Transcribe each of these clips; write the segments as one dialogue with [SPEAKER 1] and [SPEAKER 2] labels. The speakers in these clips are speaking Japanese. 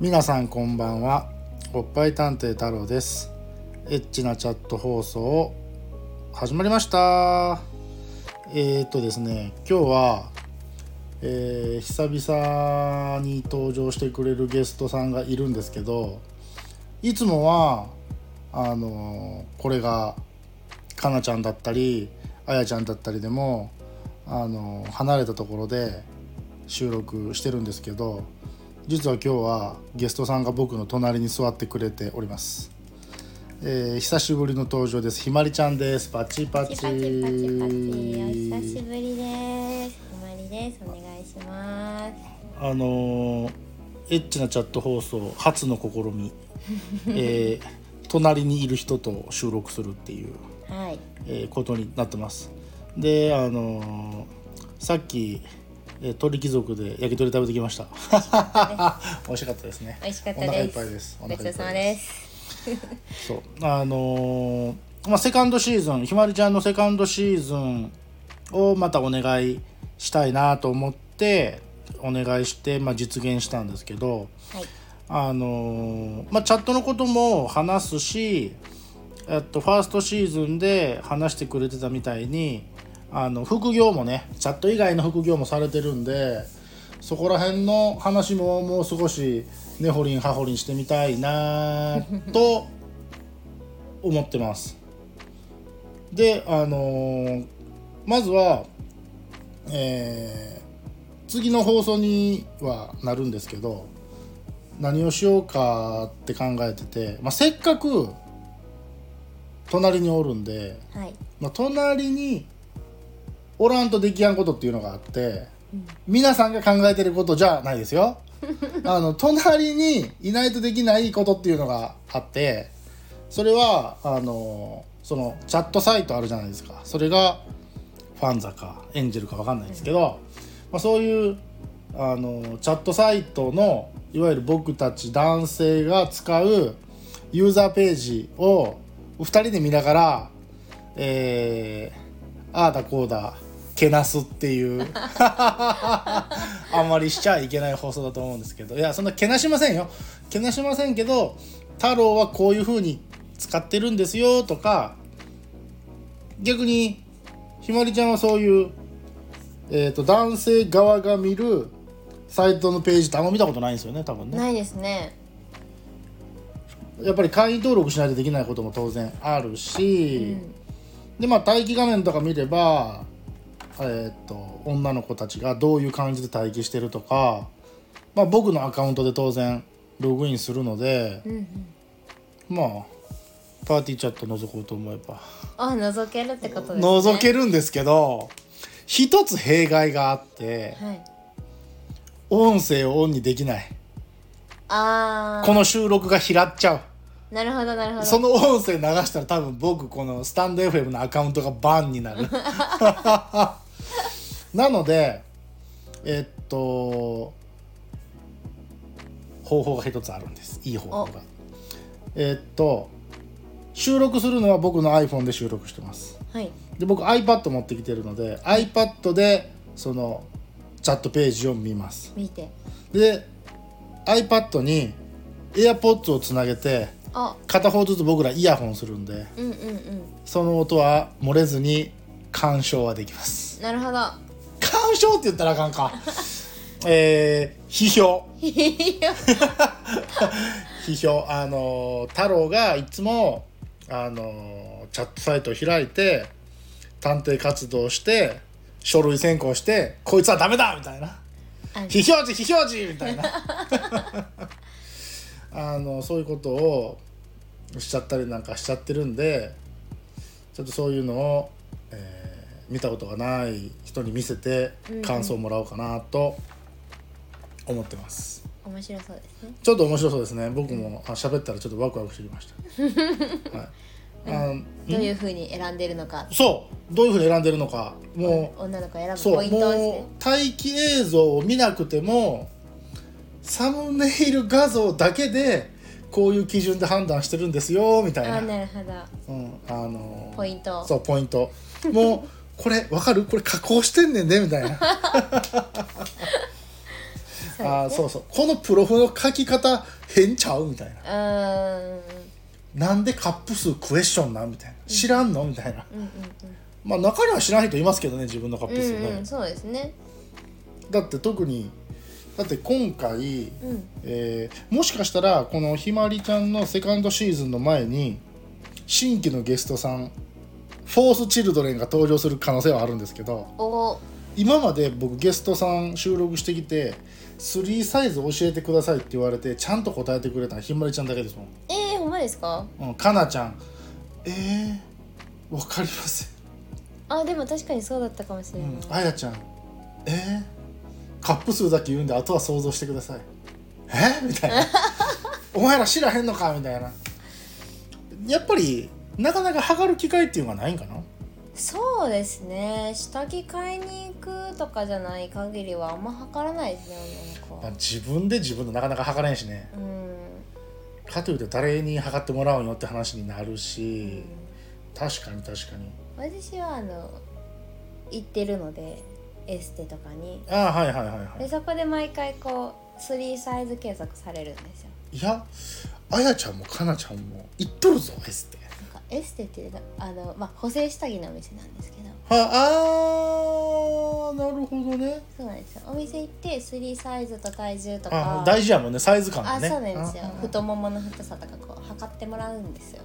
[SPEAKER 1] 皆さんこんばんはおっぱい探偵太郎ですエッチなチャット放送始まりましたえー、っとですね今日は、えー久々に登場してくれるゲストさんがいるんですけどいつもはあのこれがかなちゃんだったりあやちゃんだったりでもあの離れたところで収録してるんですけど実は今日はゲストさんが僕の隣に座ってくれております、えー久しぶりの登場ですひまりちゃんですパチパ
[SPEAKER 2] パ
[SPEAKER 1] チ
[SPEAKER 2] チパチパチパチお久しぶりですひまりですお願いします
[SPEAKER 1] あのーエッチなチャット放送初の試 み、えー隣にいる人と収録するっていう
[SPEAKER 2] はい
[SPEAKER 1] えーことになってますであのーさっき、えー鳥貴族で焼き鳥食べてきました 美味しかったですね
[SPEAKER 2] 美味しかった
[SPEAKER 1] お腹いっ
[SPEAKER 2] です
[SPEAKER 1] ぱいです
[SPEAKER 2] ごちそうさまです
[SPEAKER 1] すそうあのーまあセカンドシーズンひまりちゃんのセカンドシーズンをまたお願いしたいなと思ってお願いして、まあ、実現したんですけど
[SPEAKER 2] はい
[SPEAKER 1] あのーまあ、チャットのことも話すし、えっと、ファーストシーズンで話してくれてたみたいにあの副業もねチャット以外の副業もされてるんでそこら辺の話ももう少し根掘りん葉掘りんしてみたいなと 思ってます。であのーまずは、えー次の放送にはなるんですけど何をしようかって考えてて、まあ、せっかく隣におるんで、
[SPEAKER 2] はい
[SPEAKER 1] まあ、隣におらんとできやんことっていうのがあって、皆さんが考えてることじゃないです よあの隣にいないとできないことっていうのがあってそれはあのそのチャットサイトあるじゃないですかそれがファンザかエンジェルか分かんないですけど、まあ、そういうあのチャットサイトのいわゆる僕たち男性が使うユーザーページを2人で見ながら、えーああだこうだけなすっていう あんまりしちゃいけない放送だと思うんですけどいやそんなけなしませんよけなしませんけど太郎はこういう風に使ってるんですよとか逆にひまりちゃんはそういう、えー、と男性側が見るサイトのページってあんま見たことないんですよね多分ね
[SPEAKER 2] ないですね
[SPEAKER 1] やっぱり会員登録しないとできないことも当然あるし、でまあ待機画面とか見ればえーっと女の子たちがどういう感じで待機してるとか、まあ、僕のアカウントで当然ログインするので、まあパーティーチャット覗こうと思えば、
[SPEAKER 2] あ覗けるってことですね
[SPEAKER 1] 覗けるんですけど一つ弊害があって
[SPEAKER 2] はい
[SPEAKER 1] 音声をオンにできない
[SPEAKER 2] あ
[SPEAKER 1] この収録が拾っちゃう。
[SPEAKER 2] ーなるほどなるほ ど
[SPEAKER 1] その音声流したら多分僕このスタンド FM のアカウントがバンになる なのでえっと方法が一つあるんですいい方法がえっと収録するのは僕の iPhone で収録してます
[SPEAKER 2] はい
[SPEAKER 1] で僕 iPad 持ってきてるので iPad でそのチャットページを見ます
[SPEAKER 2] 見て
[SPEAKER 1] で iPad に AirPods をつなげて
[SPEAKER 2] あ
[SPEAKER 1] 片方ずつ僕らイヤホンするんで
[SPEAKER 2] うんうんう
[SPEAKER 1] その音は漏れずに鑑賞はできます
[SPEAKER 2] んなるほど
[SPEAKER 1] 鑑賞って言ったらあかんか えー、批評
[SPEAKER 2] いや
[SPEAKER 1] 批評あのー太郎がいつもあのーチャットサイトを開いて探偵活動をして書類選考してこいつはダメだみたいな
[SPEAKER 2] あ
[SPEAKER 1] 非表示非表示みたいなあのそういうことをしちゃったりなんかしちゃってるんでちょっとそういうのを、えー見たことがない人に見せて感想をもらおうかなと思ってます、
[SPEAKER 2] 面白そうですね
[SPEAKER 1] ちょっと面白そうですね僕もあ喋ったらちょっとワクワクしてきま した、はい、あ
[SPEAKER 2] どういう風に選んでるのか
[SPEAKER 1] そうどういうふうに選んでるのかもう
[SPEAKER 2] 女の子選ぶ
[SPEAKER 1] そ
[SPEAKER 2] ポ
[SPEAKER 1] う
[SPEAKER 2] イントですね
[SPEAKER 1] もう待機映像を見なくてもサムネイル画像だけでこういう基準で判断してるんですよみたい
[SPEAKER 2] あ
[SPEAKER 1] な
[SPEAKER 2] なるほど
[SPEAKER 1] うん、あのー
[SPEAKER 2] ポイント
[SPEAKER 1] そうポイントも うこれわかるこれ加工してんねんねみたいな
[SPEAKER 2] ね
[SPEAKER 1] あーそうそうこのプロフの書き方変ちゃうみたいな
[SPEAKER 2] うーん
[SPEAKER 1] なんでカップ数クエスチョンなんみたいな知らんのみたいな
[SPEAKER 2] うんうん
[SPEAKER 1] まあ中には知らない人いますけどね自分のカッ
[SPEAKER 2] う
[SPEAKER 1] プ
[SPEAKER 2] んう
[SPEAKER 1] 数
[SPEAKER 2] ん
[SPEAKER 1] ね、
[SPEAKER 2] うんそうですね
[SPEAKER 1] だって特にだって今回、
[SPEAKER 2] うん
[SPEAKER 1] えーもしかしたらこのひまりちゃんのセカンドシーズンの前に新規のゲストさんフォースチルドレンが登場する可能性はあるんですけど
[SPEAKER 2] お
[SPEAKER 1] 今まで僕ゲストさん収録してきて3サイズ教えてくださいって言われてちゃんと答えてくれたのひまりちゃんだけですも
[SPEAKER 2] えー、ほんまですか
[SPEAKER 1] ん、うん、かなちゃんえー、わかりません、
[SPEAKER 2] あでも確かにそうだったかもしれ
[SPEAKER 1] う
[SPEAKER 2] ない、
[SPEAKER 1] ん、あやちゃんえー、カップ数だけ言うんであとは想像してくださいえみたいなお前ら知らへんのかみたいなやっぱりなかなか測る機会っていうのがないんかな
[SPEAKER 2] そうですね下着買いに行くとかじゃない限りはあんま測らないですね女の子
[SPEAKER 1] まあ
[SPEAKER 2] は
[SPEAKER 1] 自分で自分でなかなか測れんしね
[SPEAKER 2] うん
[SPEAKER 1] かというと誰に測ってもらうんよって話になるし、確かに確かに
[SPEAKER 2] 私はあの行ってるのでエステとかに
[SPEAKER 1] ああはいはいはいは
[SPEAKER 2] でそこで毎回こう3サイズ計測されるんですよ
[SPEAKER 1] いいやあやちゃんもかなちゃんも行っとるぞエステ
[SPEAKER 2] なんかエステっていうのあの、まあ、補正下着のお店なんですけど
[SPEAKER 1] はあーなるほどね
[SPEAKER 2] そうなんですよお店行って3サイズと体重と
[SPEAKER 1] あ
[SPEAKER 2] か
[SPEAKER 1] 大事やもんねサイズ感が
[SPEAKER 2] あ
[SPEAKER 1] ね
[SPEAKER 2] そうなんですよ
[SPEAKER 1] あ
[SPEAKER 2] 太ももの太さとかこう測ってもらうんですよ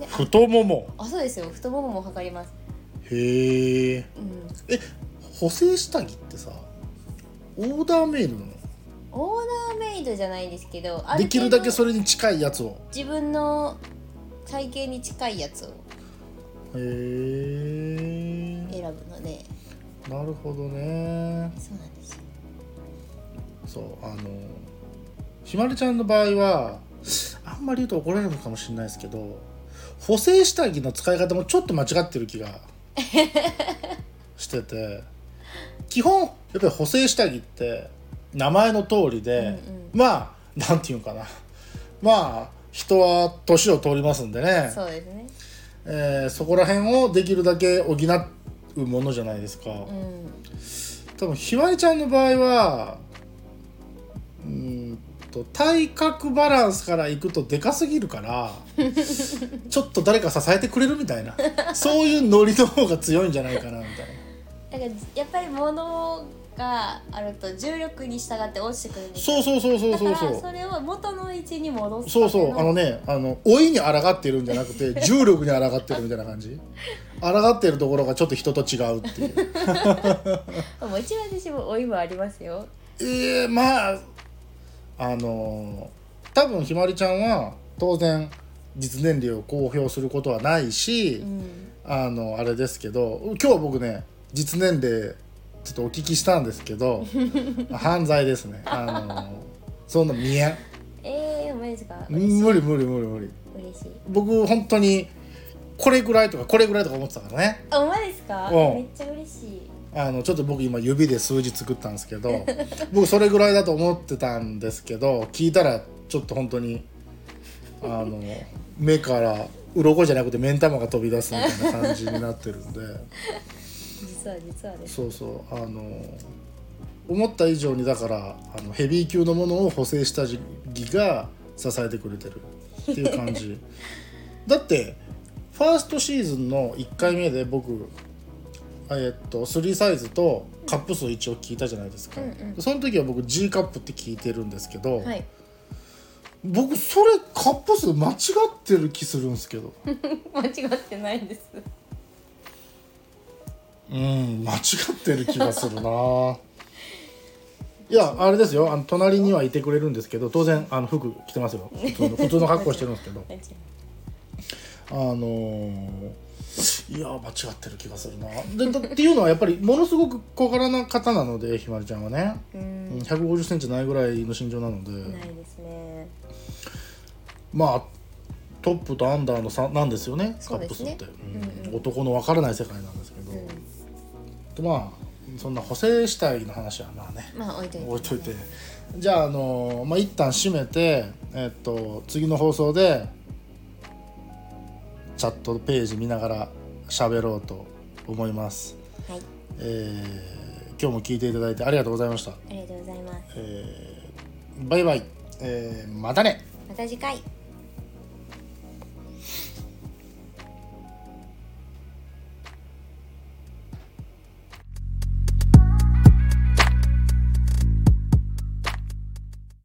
[SPEAKER 2] であ
[SPEAKER 1] 太もも
[SPEAKER 2] あそうですよ太ももも測ります
[SPEAKER 1] へえ
[SPEAKER 2] うん
[SPEAKER 1] え補正下着ってさオーダーメイドなの
[SPEAKER 2] オーダーメイドじゃないですけどあ
[SPEAKER 1] できるだけ
[SPEAKER 2] 程
[SPEAKER 1] それに近いやつを
[SPEAKER 2] 度自分の体型に近いやつを
[SPEAKER 1] へえ
[SPEAKER 2] 選ぶので
[SPEAKER 1] なるほどね
[SPEAKER 2] そうなんですよ
[SPEAKER 1] そうあのひまりちゃんの場合はあんまり言うと怒られるかもしれないですけど補正下着の使い方もちょっと間違ってる気がしてて基本やっぱり補正下着って名前の通りで、まあなんていうんかなまあ人は年を通りますんでねそ,、
[SPEAKER 2] そうですね
[SPEAKER 1] えーそこら辺をできるだけ補うものじゃないですか。
[SPEAKER 2] うん
[SPEAKER 1] 多分ひまりちゃんの場合はうーんと体格バランスからいくとでかすぎるから ちょっと誰か支えてくれるみたいなそういうノリの方が強いんじゃないかなみたいな
[SPEAKER 2] だからやっぱり物があると重力に従って落ちてくるんですよ
[SPEAKER 1] そうそうそうそうそう
[SPEAKER 2] だか
[SPEAKER 1] そ
[SPEAKER 2] ら
[SPEAKER 1] う
[SPEAKER 2] それを元の位置に戻す
[SPEAKER 1] そうそうあ
[SPEAKER 2] あ
[SPEAKER 1] の
[SPEAKER 2] の
[SPEAKER 1] ねあの老いに抗ってるんじゃなくて重力に抗ってるみたいな感じ抗ってるところがちょっと人と違うっていう
[SPEAKER 2] もちろん私も老いもありますよ
[SPEAKER 1] えー、まああのー多分ひまりちゃんは当然実年齢を公表することはないし、
[SPEAKER 2] うん
[SPEAKER 1] あのあれですけど今日は僕ね実年齢ちょっとお聞きしたんですけど犯罪ですねあのーそんな見えん
[SPEAKER 2] ええー、お前ですか嬉しい
[SPEAKER 1] 無理無理無理無理
[SPEAKER 2] 嬉しい
[SPEAKER 1] 僕本当にこれぐらいとかこれぐらいとか思ってたからね
[SPEAKER 2] あお前ですか
[SPEAKER 1] うん
[SPEAKER 2] めっちゃ嬉しい
[SPEAKER 1] あのちょっと僕今指で数字作ったんですけど 僕それぐらいだと思ってたんですけど聞いたらちょっと本当にあの目から鱗じゃなくて目ん玉が飛び出すみたいな感じになってるんで
[SPEAKER 2] 実は実はです
[SPEAKER 1] そうそうあの思った以上にだからあのヘビー級のものを補正下着が支えてくれてるっていう感 じだってファーストシーズンの1回目で僕えっと3サイズとカップ数一応聞いたじゃないですか、
[SPEAKER 2] うんうん
[SPEAKER 1] その時は僕 G カップって聞いてるんですけど、
[SPEAKER 2] はい
[SPEAKER 1] 僕それカップ数間違ってる気するんですけど
[SPEAKER 2] 間違ってないんです
[SPEAKER 1] うん間違ってる気がするないやあれですよあの隣にはいてくれるんですけど当然あの服着てますよ普通の普通の格好してるんですけど
[SPEAKER 2] 間違ってない
[SPEAKER 1] あのーいや間違ってる気がするなでだっていうのはやっぱりものすごく小柄な方なのでひまりちゃんはね
[SPEAKER 2] う
[SPEAKER 1] 1
[SPEAKER 2] ん
[SPEAKER 1] 5 0ンチないぐらいの身長なので
[SPEAKER 2] ないですね
[SPEAKER 1] まあトップとアンダーの差なんですよねカ
[SPEAKER 2] そう
[SPEAKER 1] ッ
[SPEAKER 2] で
[SPEAKER 1] プ
[SPEAKER 2] す
[SPEAKER 1] 数っ
[SPEAKER 2] ね
[SPEAKER 1] て、
[SPEAKER 2] うん
[SPEAKER 1] うん男の分からない世界なんですけど、
[SPEAKER 2] うん
[SPEAKER 1] でまあそんな補正死体の話はまあね
[SPEAKER 2] まあ置いといて
[SPEAKER 1] 置いといてじゃああのーまあ一旦閉めてえっと次の放送でチャットページ見ながら喋ろうと思います。
[SPEAKER 2] はい
[SPEAKER 1] えー今日も聞いていただいてありがとうございました、
[SPEAKER 2] ありがとうございます
[SPEAKER 1] えーバイバイ、えーまたね
[SPEAKER 2] また次回